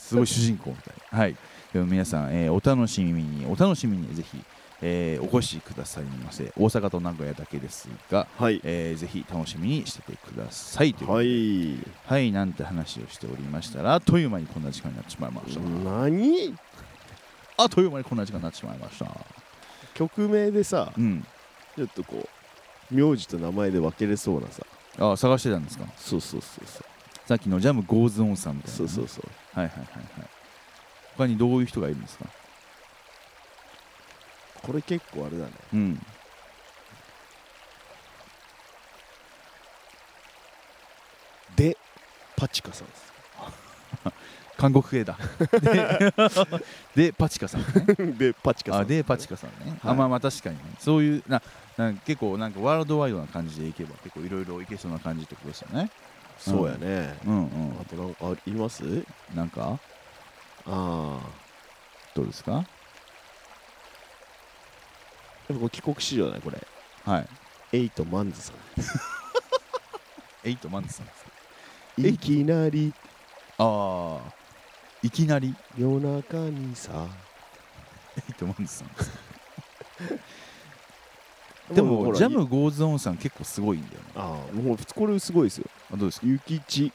[SPEAKER 1] すごい主人公みたいはいでも皆さん、えーお楽しみにお楽しみにぜひ、えーお越しくださいませ大阪と名古屋だけですが
[SPEAKER 2] はい
[SPEAKER 1] えーぜひ楽しみにしててくださいということ
[SPEAKER 2] は
[SPEAKER 1] で
[SPEAKER 2] い
[SPEAKER 1] はい、なんて話をしておりましたらあっという間にこんな時間になってしまいました、
[SPEAKER 2] 何
[SPEAKER 1] あっという間にこんな時間になってしまいました
[SPEAKER 2] 曲名でさ
[SPEAKER 1] うん
[SPEAKER 2] ちょっとこう名字と名前で分けれそうなさ
[SPEAKER 1] あ探してたんですか
[SPEAKER 2] そうそうそうそう
[SPEAKER 1] さっきのジャムゴーズオンさんみたいな
[SPEAKER 2] そ
[SPEAKER 1] ね、
[SPEAKER 2] うそうそう
[SPEAKER 1] はいはいはいはい他にどういう人がいるんですか
[SPEAKER 2] これ結構あれだね
[SPEAKER 1] うん
[SPEAKER 2] でパチカさんで
[SPEAKER 1] 韓国 系だででパチカさんね
[SPEAKER 2] す でパチカさん
[SPEAKER 1] あでパチカさんね、
[SPEAKER 2] は
[SPEAKER 1] あ
[SPEAKER 2] い
[SPEAKER 1] まあまあ確かにねそういうななん結構なんかワールドワイドな感じでいけば結構いろいろいけそうな感じってことですよね
[SPEAKER 2] そうやね、
[SPEAKER 1] うんう
[SPEAKER 2] あ
[SPEAKER 1] ん
[SPEAKER 2] となんかあります
[SPEAKER 1] なんか
[SPEAKER 2] ああ
[SPEAKER 1] どうですか
[SPEAKER 2] でもこれ帰国子女だねこれ
[SPEAKER 1] はい
[SPEAKER 2] エイトマンズさん
[SPEAKER 1] エイトマンズさんですエイ
[SPEAKER 2] いきなり
[SPEAKER 1] ああいきなり
[SPEAKER 2] 夜中にさ
[SPEAKER 1] エイトマンズさんですでもジャムゴーズオンさん結構すごいんだよね
[SPEAKER 2] ああもうこれすごいですよ
[SPEAKER 1] あどうですか
[SPEAKER 2] 諭吉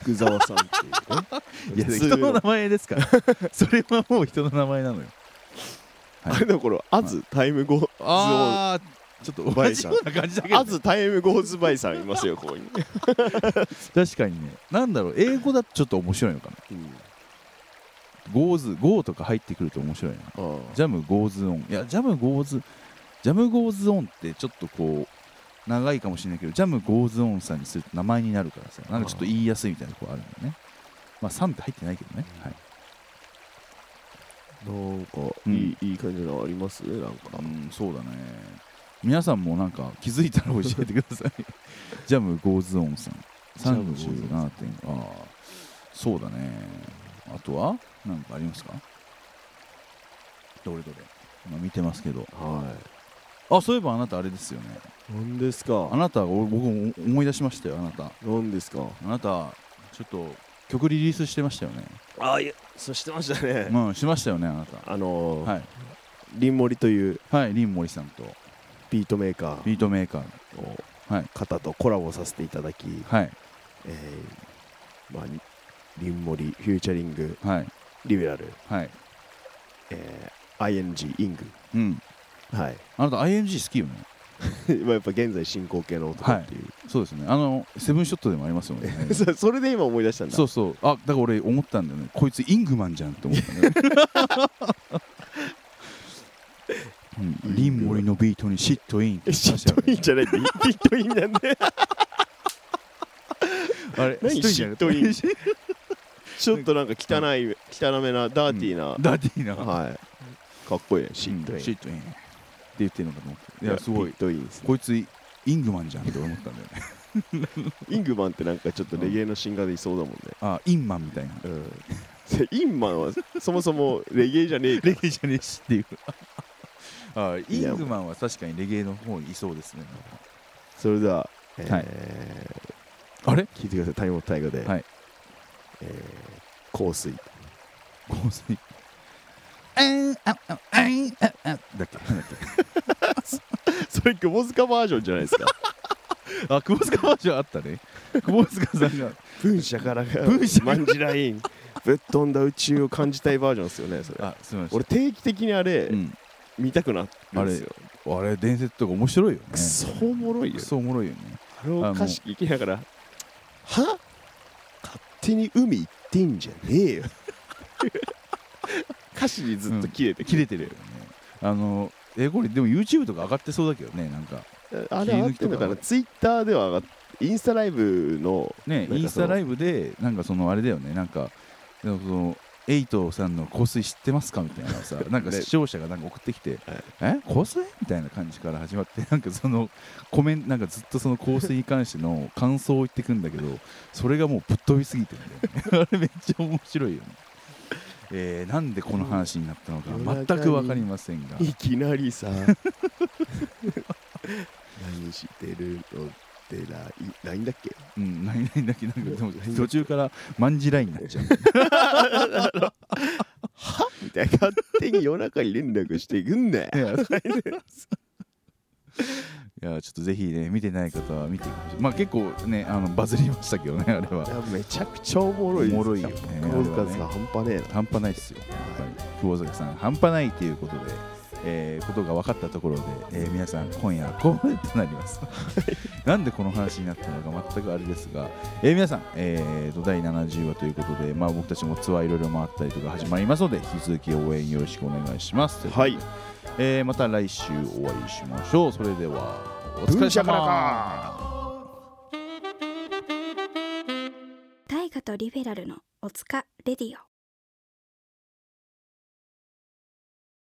[SPEAKER 2] 福沢さんって いう
[SPEAKER 1] い
[SPEAKER 2] ね
[SPEAKER 1] や人の名前ですからそれはもう人の名前なのよ
[SPEAKER 2] あれだからアズタイムゴーズを
[SPEAKER 1] ああちょっと同じような感じだけど
[SPEAKER 2] アズタイムゴーズバイさんいますよここに、
[SPEAKER 1] 確かにねなんだろう英語だとちょっと面白いのかな
[SPEAKER 2] うん
[SPEAKER 1] ゴーズゴーとか入ってくると面白いな
[SPEAKER 2] ああ
[SPEAKER 1] ジャムゴーズオンいやジャムゴーズジャムゴーズオンってちょっとこう長いかもしれないけどジャムゴーズオンさんにすると名前になるからさなんかちょっと言いやすいみたいなとこあるんだよねまあ3って入ってないけどね、はい
[SPEAKER 2] なんか
[SPEAKER 1] う
[SPEAKER 2] い
[SPEAKER 1] ん
[SPEAKER 2] い,、いい感じのありますなんか、
[SPEAKER 1] うんそうだね皆さんもなんか気づいたら教えてください ジャムゴーズオンさん
[SPEAKER 2] ジャム
[SPEAKER 1] 37点
[SPEAKER 2] ゴー
[SPEAKER 1] ああそうだねあとは何かありますかどれどれ今見てますけど
[SPEAKER 2] は
[SPEAKER 1] あそういえばあなたあれですよね
[SPEAKER 2] い何です
[SPEAKER 1] あ
[SPEAKER 2] か
[SPEAKER 1] なたお僕も思い出しましたよあなた
[SPEAKER 2] 何ですか
[SPEAKER 1] あなたちょっと曲リリースしてましたよね
[SPEAKER 2] ああいやそうしてましたね、
[SPEAKER 1] うんしましたよねあなた
[SPEAKER 2] あのー
[SPEAKER 1] はい
[SPEAKER 2] リンモリという
[SPEAKER 1] はいリン森さんと
[SPEAKER 2] ビートメーカー
[SPEAKER 1] ビートメーカーは
[SPEAKER 2] の
[SPEAKER 1] い
[SPEAKER 2] 方とコラボさせていただき、
[SPEAKER 1] はい
[SPEAKER 2] えーまあ、リリンモリフューチャリング
[SPEAKER 1] はい
[SPEAKER 2] リベラル、
[SPEAKER 1] はい
[SPEAKER 2] えー ING イング
[SPEAKER 1] うん
[SPEAKER 2] はい
[SPEAKER 1] あなた ING 好きよね
[SPEAKER 2] まあやっぱ現在進行形の男っていう、
[SPEAKER 1] そうですねあのセブンショットでもありますよね
[SPEAKER 2] そそれで今思い出したんだ
[SPEAKER 1] そうそうあだから俺思ったんだよねこいつイングマンじゃんって思っ たねうん、リン森のビートにシットインって
[SPEAKER 2] え
[SPEAKER 1] 言って
[SPEAKER 2] シ
[SPEAKER 1] まし
[SPEAKER 2] ッ
[SPEAKER 1] た
[SPEAKER 2] トイン
[SPEAKER 1] よね
[SPEAKER 2] じゃないビビットインなんで
[SPEAKER 1] あれ
[SPEAKER 2] 何
[SPEAKER 1] シットインじゃなかっ
[SPEAKER 2] ちょっとなんか汚い汚めなダーティーな、
[SPEAKER 1] た ダディな
[SPEAKER 2] はいかっこいいねシットイン、
[SPEAKER 1] うんシットインって言ってるのかと思ってい
[SPEAKER 2] いや
[SPEAKER 1] やすご
[SPEAKER 2] ビ
[SPEAKER 1] い
[SPEAKER 2] ットインですね
[SPEAKER 1] こいつイングマンじゃんって思ったんだ よね
[SPEAKER 2] イングマンってなんかちょっとレゲエのシンガーでいそうだもんね、
[SPEAKER 1] あインマンみたいな
[SPEAKER 2] うん、 インマンはそもそもレゲエじゃねえか
[SPEAKER 1] レゲエじゃねえしっていう あイングマンは確かにレゲエの方にいそうですね
[SPEAKER 2] それでは、えー
[SPEAKER 1] はいあれ
[SPEAKER 2] 聞いてください「タイムオブタイガーで」
[SPEAKER 1] はい
[SPEAKER 2] えー香水
[SPEAKER 1] 香水あんあんあんあんあんあんだっけなんだっけ
[SPEAKER 2] それ久保塚バージョンじゃないです か
[SPEAKER 1] あ久保塚バージョンあった ね久保塚さんが
[SPEAKER 2] 噴射からが
[SPEAKER 1] 噴射
[SPEAKER 2] マンジラインぶっ飛んだ宇宙を感じたいバージョンですよねそれ
[SPEAKER 1] あすみません
[SPEAKER 2] 俺定期的にあれ、
[SPEAKER 1] うん
[SPEAKER 2] 見たくなるんですよ
[SPEAKER 1] あれ伝説とか面白いよね
[SPEAKER 2] くそおもろいよ
[SPEAKER 1] くそおもろいよね
[SPEAKER 2] あれを歌詞聞きながらは勝手に海行ってんじゃねえよ 歌詞にずっと切れて、
[SPEAKER 1] 切れてるよねあのえこれでも YouTube とか上がってそうだけどねなんか
[SPEAKER 2] あれ上がってんのかなツイッターでは上がっインスタライブの
[SPEAKER 1] ねインスタライブでなんかそのあれだよねなんかでもそのエイトさんの香水知ってますかみたいなさなん か
[SPEAKER 2] ね
[SPEAKER 1] 視聴者がなんか送ってきて
[SPEAKER 2] はい
[SPEAKER 1] 「え香水?」みたいな感じから始まってなんかそのコメントなんかずっとその香水に関しての感想を言ってくんだけどそれがもうぶっ飛びすぎてるんだよね あれめっちゃ面白いよねえーなんでこの話になったのか全く分かりませんが
[SPEAKER 2] いきなりさ 何してるのってラインラインだっけ
[SPEAKER 1] うん何々だけなんかでも途中からまんじらいになっちゃう
[SPEAKER 2] みたいな勝手に夜中に連絡してくんなよ
[SPEAKER 1] いや、 ちょっとぜひね、見てない方は見てほしい。まあ結構ね、あのバズりましたけどね、あれは。
[SPEAKER 2] めちゃくちゃおもろいです
[SPEAKER 1] おもろいよね
[SPEAKER 2] 久保塚さん半端ねえな
[SPEAKER 1] 半端ないですよ。やっぱり久保坂さん、半端ないということで、えーことが分かったところで、えー皆さん、今夜はこうとなります。 なんでこの話になったのか全くあれですが、えー皆さん、えーと第70話ということで、まあ、僕たちもツアーいろいろ回ったりとか始まりますので、引き続き応援よろしくお願いします。
[SPEAKER 2] はい。
[SPEAKER 1] えーまた来週お会いしましょうそれではお疲れ
[SPEAKER 2] 文社
[SPEAKER 1] 様
[SPEAKER 2] からか
[SPEAKER 4] 大河とリベラルのおつかレディオ